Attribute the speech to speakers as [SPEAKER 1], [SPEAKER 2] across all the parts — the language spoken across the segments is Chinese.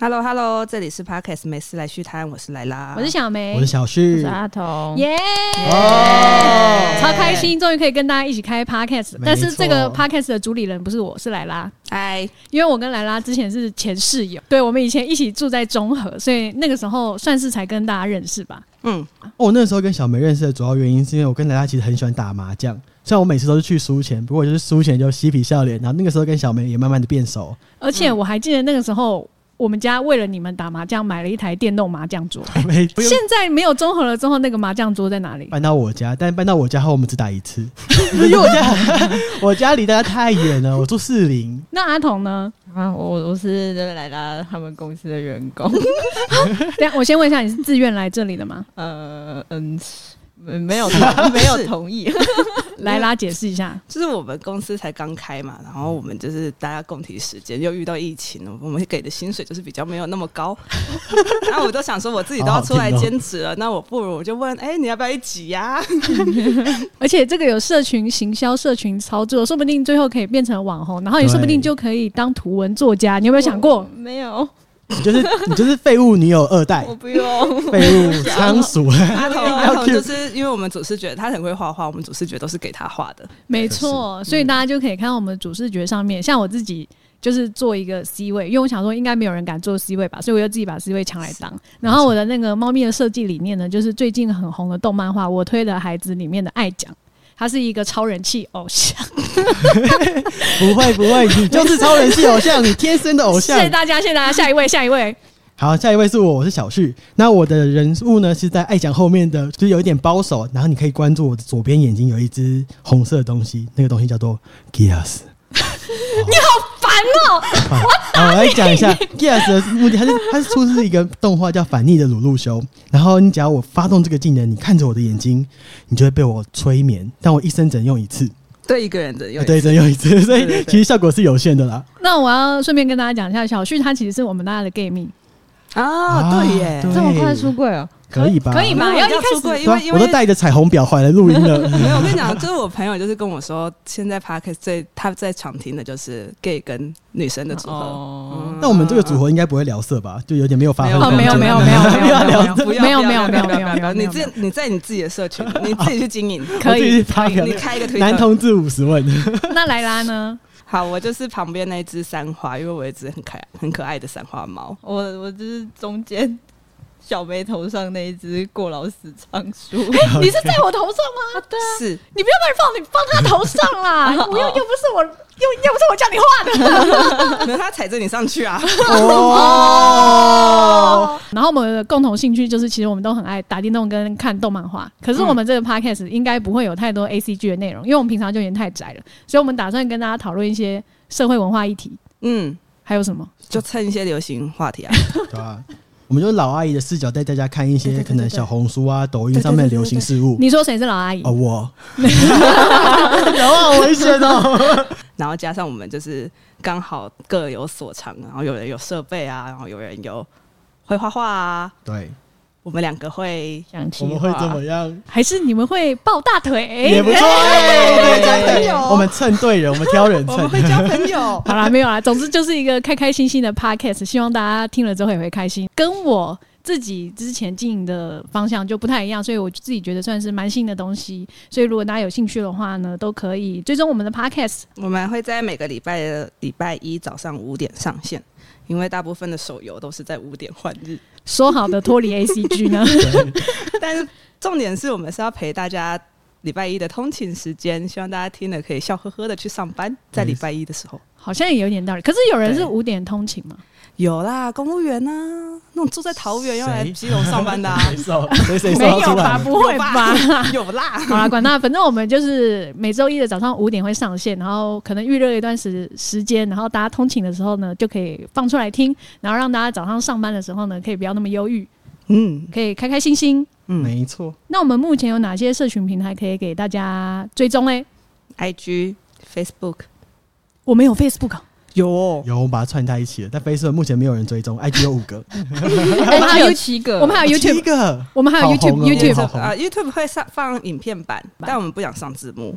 [SPEAKER 1] Hello Hello，这里是 Podcast 没事来续摊，我是莱拉，
[SPEAKER 2] 我是小梅，
[SPEAKER 3] 我是小旭，
[SPEAKER 4] 童
[SPEAKER 2] 耶、
[SPEAKER 3] 哦
[SPEAKER 2] 超开心，终于可以跟大家一起开 podcast。
[SPEAKER 3] 没
[SPEAKER 2] 但是这个
[SPEAKER 3] 错
[SPEAKER 2] podcast 的主理人不是我，是莱拉，
[SPEAKER 1] 嗨，
[SPEAKER 2] 因为我跟莱拉之前是前室友，对我们以前一起住在中和，所以那个时候算是才跟大家认识吧。
[SPEAKER 1] 嗯，
[SPEAKER 3] 我哦那时候跟小梅认识的主要原因，是因为我跟莱拉其实很喜欢打麻将。虽然我每次都是去输钱，不过我就是输钱就嬉皮笑脸。然后那个时候跟小梅也慢慢的变熟，
[SPEAKER 2] 而且我还记得那个时候。我们家为了你们打麻将，买了一台电动麻将桌。
[SPEAKER 3] 没不用哎
[SPEAKER 2] 现在没有综合了之后，那个麻将桌在哪里？
[SPEAKER 3] 搬到我家，但搬到我家后我们只打一次，因为我家我家离大家太远了，我住士林。
[SPEAKER 2] 那阿童呢？
[SPEAKER 4] 啊，我我是来拉他们公司的员工，
[SPEAKER 2] 等一下我先问一下，你是自愿来这里的吗？
[SPEAKER 4] 呃嗯，没 有同没有同意，
[SPEAKER 2] 莱拉解释一下。
[SPEAKER 1] 就是我们公司才刚开嘛，然后我们就是大家共体时间，又遇到疫情，我们给的薪水就是比较没有那么高。那我都想说，我自己都要出来兼职了，那我不如我就问，哎、你要不要一起呀、
[SPEAKER 2] 而且这个有社群行销、社群操作，说不定最后可以变成网红，然后也
[SPEAKER 3] 对
[SPEAKER 2] 说不定就可以当图文作家。你有没有想过？
[SPEAKER 4] 没有，
[SPEAKER 3] 你就是你就是废物女友二代
[SPEAKER 4] 我，不 用，
[SPEAKER 3] 废物仓鼠。
[SPEAKER 1] 阿童，阿
[SPEAKER 3] 要
[SPEAKER 1] 童
[SPEAKER 3] cue
[SPEAKER 1] 就是因为我们主视觉他很会画画，我们主视觉都是给他画的。
[SPEAKER 2] 没错，所以大家就可以看到我们主视觉上面，像我自己。就是做一个 C 位，因为我想说应该没有人敢做 C 位吧，所以我就自己把 C 位抢来当。然后我的那个猫咪的设计理念呢，就是最近很红的动漫画《我推的孩子》里面的爱讲，他是一个超人气偶像。
[SPEAKER 3] 不会不会，你就是超人气偶像，你天生的偶像
[SPEAKER 2] 谢谢。大家，谢谢大家，下一位，下一位。
[SPEAKER 3] 好，下一位是我，我是小旭。那我的人物呢是在爱讲后面的，就是有一点包手，然后你可以关注我的左边眼睛有一只红色的东西，那个东西叫做 Gears。
[SPEAKER 2] 烦哦、
[SPEAKER 3] 好，好我来讲一下 Gears 的目的，它是它是出自一个动画叫《反逆的鲁路修》，然后你只要我发动这个技能，你看着我的眼睛，你就会被我催眠，但我一生只能用一次，
[SPEAKER 1] 对一个人的用，
[SPEAKER 3] 对，只能用一次，所
[SPEAKER 1] 对对对
[SPEAKER 3] 以其实效果是有限的啦。
[SPEAKER 2] 那我要顺便跟大家讲一下，小旭他其实是我们大家的 gay 蜜，
[SPEAKER 1] 啊，对耶，
[SPEAKER 3] 对
[SPEAKER 4] 这么快出柜啊？
[SPEAKER 3] 可以吧？
[SPEAKER 2] 可以
[SPEAKER 1] 因
[SPEAKER 2] 吗？
[SPEAKER 1] 为
[SPEAKER 2] 要
[SPEAKER 1] 我
[SPEAKER 2] 一
[SPEAKER 1] 要出
[SPEAKER 2] 开
[SPEAKER 1] 柜，
[SPEAKER 2] 始
[SPEAKER 1] 因为因
[SPEAKER 3] 对啊我
[SPEAKER 1] 为
[SPEAKER 3] 都带着彩虹表回来录音了。
[SPEAKER 1] 没有，我跟你讲，就是我朋友就是跟我说，现在 Parkes 最他最常听的就是 gay 跟女生的组合。
[SPEAKER 4] 哦
[SPEAKER 1] 嗯
[SPEAKER 3] 那我们这个组合应该不会聊色吧？就有点没有发挥
[SPEAKER 2] 哦
[SPEAKER 3] 空
[SPEAKER 2] 没有
[SPEAKER 3] 间
[SPEAKER 2] 没有没有没有
[SPEAKER 1] 不要
[SPEAKER 2] 没有
[SPEAKER 1] 聊色，
[SPEAKER 2] 没有没有
[SPEAKER 1] 不要
[SPEAKER 2] 没有没有
[SPEAKER 1] 不要
[SPEAKER 2] 没有
[SPEAKER 1] 不要
[SPEAKER 2] 没
[SPEAKER 1] 你
[SPEAKER 2] 有
[SPEAKER 1] 自己你在你自己的社群，你自己去经营，
[SPEAKER 2] 可
[SPEAKER 3] 我自己
[SPEAKER 2] 以。
[SPEAKER 3] 发表
[SPEAKER 1] 你开一个推
[SPEAKER 3] 男
[SPEAKER 1] 特。
[SPEAKER 3] 同志五十问，
[SPEAKER 2] 那莱拉 呢？
[SPEAKER 1] 好，我就是旁边那只三花，因为我有一只很可爱很可爱的三花猫。
[SPEAKER 4] 我我就是中间小梅头上那一只过劳死仓鼠，
[SPEAKER 2] 你是在我头上吗？ 对啊
[SPEAKER 1] 是，
[SPEAKER 2] 你不要把放你放他头上 啦！不用，又不是我，又又不是我叫你画的。
[SPEAKER 1] 没有它踩着你上去啊。
[SPEAKER 3] 哦，
[SPEAKER 2] 然后我们的共同兴趣就是，其实我们都很爱打电动跟看动漫画。可是我们这个 podcast 应该不会有太多 A C G 的内容，因为我们平常就已经太宅了，所以我们打算跟大家讨论一些社会文化议题，
[SPEAKER 1] 嗯，
[SPEAKER 2] 还有什么？
[SPEAKER 3] 哦
[SPEAKER 1] 就蹭一些流行话题啊。
[SPEAKER 3] 对啊，我们就老阿姨的视角带大家看一
[SPEAKER 2] 对对
[SPEAKER 3] 些
[SPEAKER 2] 对
[SPEAKER 3] 可能小红书啊、抖音上面的流行事物。
[SPEAKER 2] 你说谁是老阿姨？
[SPEAKER 3] 哦， 我 有啊，危险哦！
[SPEAKER 1] 然后加上我们就是刚好各有所长，然后有人有设备啊，然后有人有会画画啊，
[SPEAKER 3] 对，
[SPEAKER 1] 我们两个 会
[SPEAKER 4] 想
[SPEAKER 3] 我
[SPEAKER 4] 起
[SPEAKER 3] 们会怎么样？
[SPEAKER 2] 还是你们会抱大腿？。
[SPEAKER 3] 也不错，哎对
[SPEAKER 1] 交朋
[SPEAKER 3] 对对，
[SPEAKER 1] 友
[SPEAKER 3] 我们蹭对人，我们挑人蹭。
[SPEAKER 1] 交朋友
[SPEAKER 2] 好啦，没有啦，总之就是一个开开心心的 podcast，希望大家听了之后也会开心。跟我自己之前经营的方向就不太一样，所以我自己觉得算是蛮新的东西。所以如果大家有兴趣的话呢，都可以追踪我们的 podcast。
[SPEAKER 1] 我们会在每个礼拜的礼拜一早上五点上线，因为大部分的手游都是在五点换 日。
[SPEAKER 2] 说好的脱离 A C G 呢？
[SPEAKER 1] 但是重点是我们是要陪大家礼拜一的通勤时间，希望大家听了可以笑呵呵的去上班，
[SPEAKER 2] 哎
[SPEAKER 1] 在礼拜一的时候。
[SPEAKER 2] 好像也有点道理。可是有人是五点通勤嘛？
[SPEAKER 1] 有啦，公务员啊，那种住在桃园要来
[SPEAKER 3] 谁
[SPEAKER 1] 基隆上班的、啊，
[SPEAKER 3] 谁受？谁谁 受
[SPEAKER 2] 没
[SPEAKER 3] 到
[SPEAKER 2] 有
[SPEAKER 3] 出
[SPEAKER 2] 吧？
[SPEAKER 3] 来？
[SPEAKER 2] 不会
[SPEAKER 1] 有
[SPEAKER 2] 吧？
[SPEAKER 1] 有啦，
[SPEAKER 2] 好啦，管他，反正我们就是每周一的早上五点会上线，然后可能预热一段时时间，然后大家通勤的时候呢，就可以放出来听，然后让大家早上上班的时候呢，可以不要那么忧郁，
[SPEAKER 1] 嗯
[SPEAKER 2] 可以开开心心。
[SPEAKER 1] 嗯
[SPEAKER 3] 没错，
[SPEAKER 2] 那我们目前有哪些社群平台可以给大家追踪嘞？
[SPEAKER 1] ，IG、Facebook
[SPEAKER 2] 我们有 Facebook，啊
[SPEAKER 1] 有、哦。
[SPEAKER 3] 有我们把它串在一起了，但 Facebook 目前没有人追踪，IG 有五个，
[SPEAKER 4] 哎，
[SPEAKER 2] 我们
[SPEAKER 4] 他
[SPEAKER 2] 还有
[SPEAKER 4] 有七 个，
[SPEAKER 2] 我们还有
[SPEAKER 3] 七
[SPEAKER 2] 啊 YouTube，
[SPEAKER 3] 个，
[SPEAKER 2] 我们还有
[SPEAKER 3] 好红
[SPEAKER 2] YouTube
[SPEAKER 3] 哦
[SPEAKER 2] YouTube，
[SPEAKER 3] 好
[SPEAKER 1] 啊、y o u t u b e 会上放影片版，但我们不想上字幕，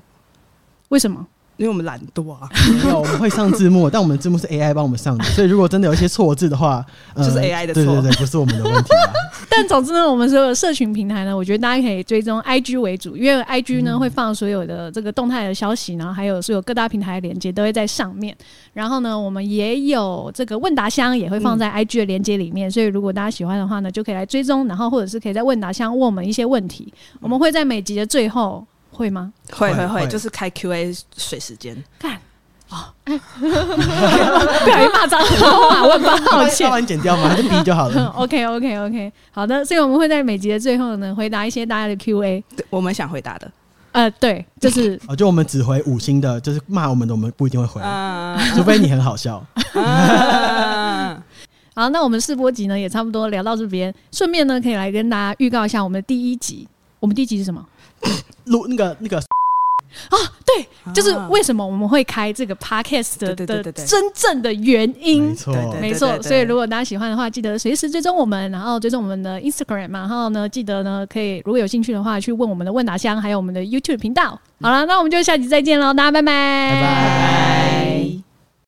[SPEAKER 2] 为什么？
[SPEAKER 1] 因为我们懒惰啊，
[SPEAKER 3] 没有，我们会上字幕，但我们的字幕 是 AI 帮我们上的，所以如果真的有一些错字的话，呃、
[SPEAKER 1] 就是 AI 的
[SPEAKER 3] 对对
[SPEAKER 1] 错
[SPEAKER 3] 对，不是我们的问题啊。
[SPEAKER 2] 但总之呢，我们所有的社群平台呢，我觉得大家可以追踪 IG 为主，因为 IG 呢、会放所有的这个动态的消息，然后还有所有各大平台的连接都会在上面。然后呢，我们也有这个问答箱也会放在 IG 的连接里面，所以如果大家喜欢的话呢，就可以来追踪，然后或者是可以在问答箱问我们一些问题，我们会在每集的最后会吗？
[SPEAKER 1] 会
[SPEAKER 3] 会
[SPEAKER 1] 会
[SPEAKER 3] 会
[SPEAKER 1] 会，就是开 Q&A 水时间，
[SPEAKER 2] 看。哦，哎不小心骂脏话，我很抱歉
[SPEAKER 3] 要。不然剪掉 嘛，还是 B 就好 了。
[SPEAKER 2] OK OK OK，好的，所以我们会在每集的最后呢，回答一些大家的 Q&A。
[SPEAKER 1] 对我们想回答的，
[SPEAKER 2] 呃，对，就是
[SPEAKER 3] 哦，就我们只回五星的，就是骂我们的，我们不一定会回，
[SPEAKER 1] 嗯，
[SPEAKER 3] 除非你很好笑。
[SPEAKER 1] 嗯
[SPEAKER 2] 好，那我们试播集呢也差不多聊到这边，顺便呢可以来跟大家预告一下我们的第一集。我们第一集是什么？
[SPEAKER 3] 录那个那个，
[SPEAKER 2] 对，就是为什么我们会开这个 podcast 的
[SPEAKER 1] 啊对对对
[SPEAKER 2] 的
[SPEAKER 1] 对对
[SPEAKER 2] 真正的原因
[SPEAKER 3] 没。错，
[SPEAKER 1] 对对
[SPEAKER 2] 没
[SPEAKER 1] 对
[SPEAKER 2] 错，
[SPEAKER 1] 对
[SPEAKER 2] 所以如果大家喜欢的话，记得随时追踪我们，然后追踪我们的 Instagram，嘛然后呢，记得呢可以如果有兴趣的话，去问我们的问答箱，还有我们的 YouTube 频道。好了，那我们就下集再见喽，大家拜拜，
[SPEAKER 3] 拜拜。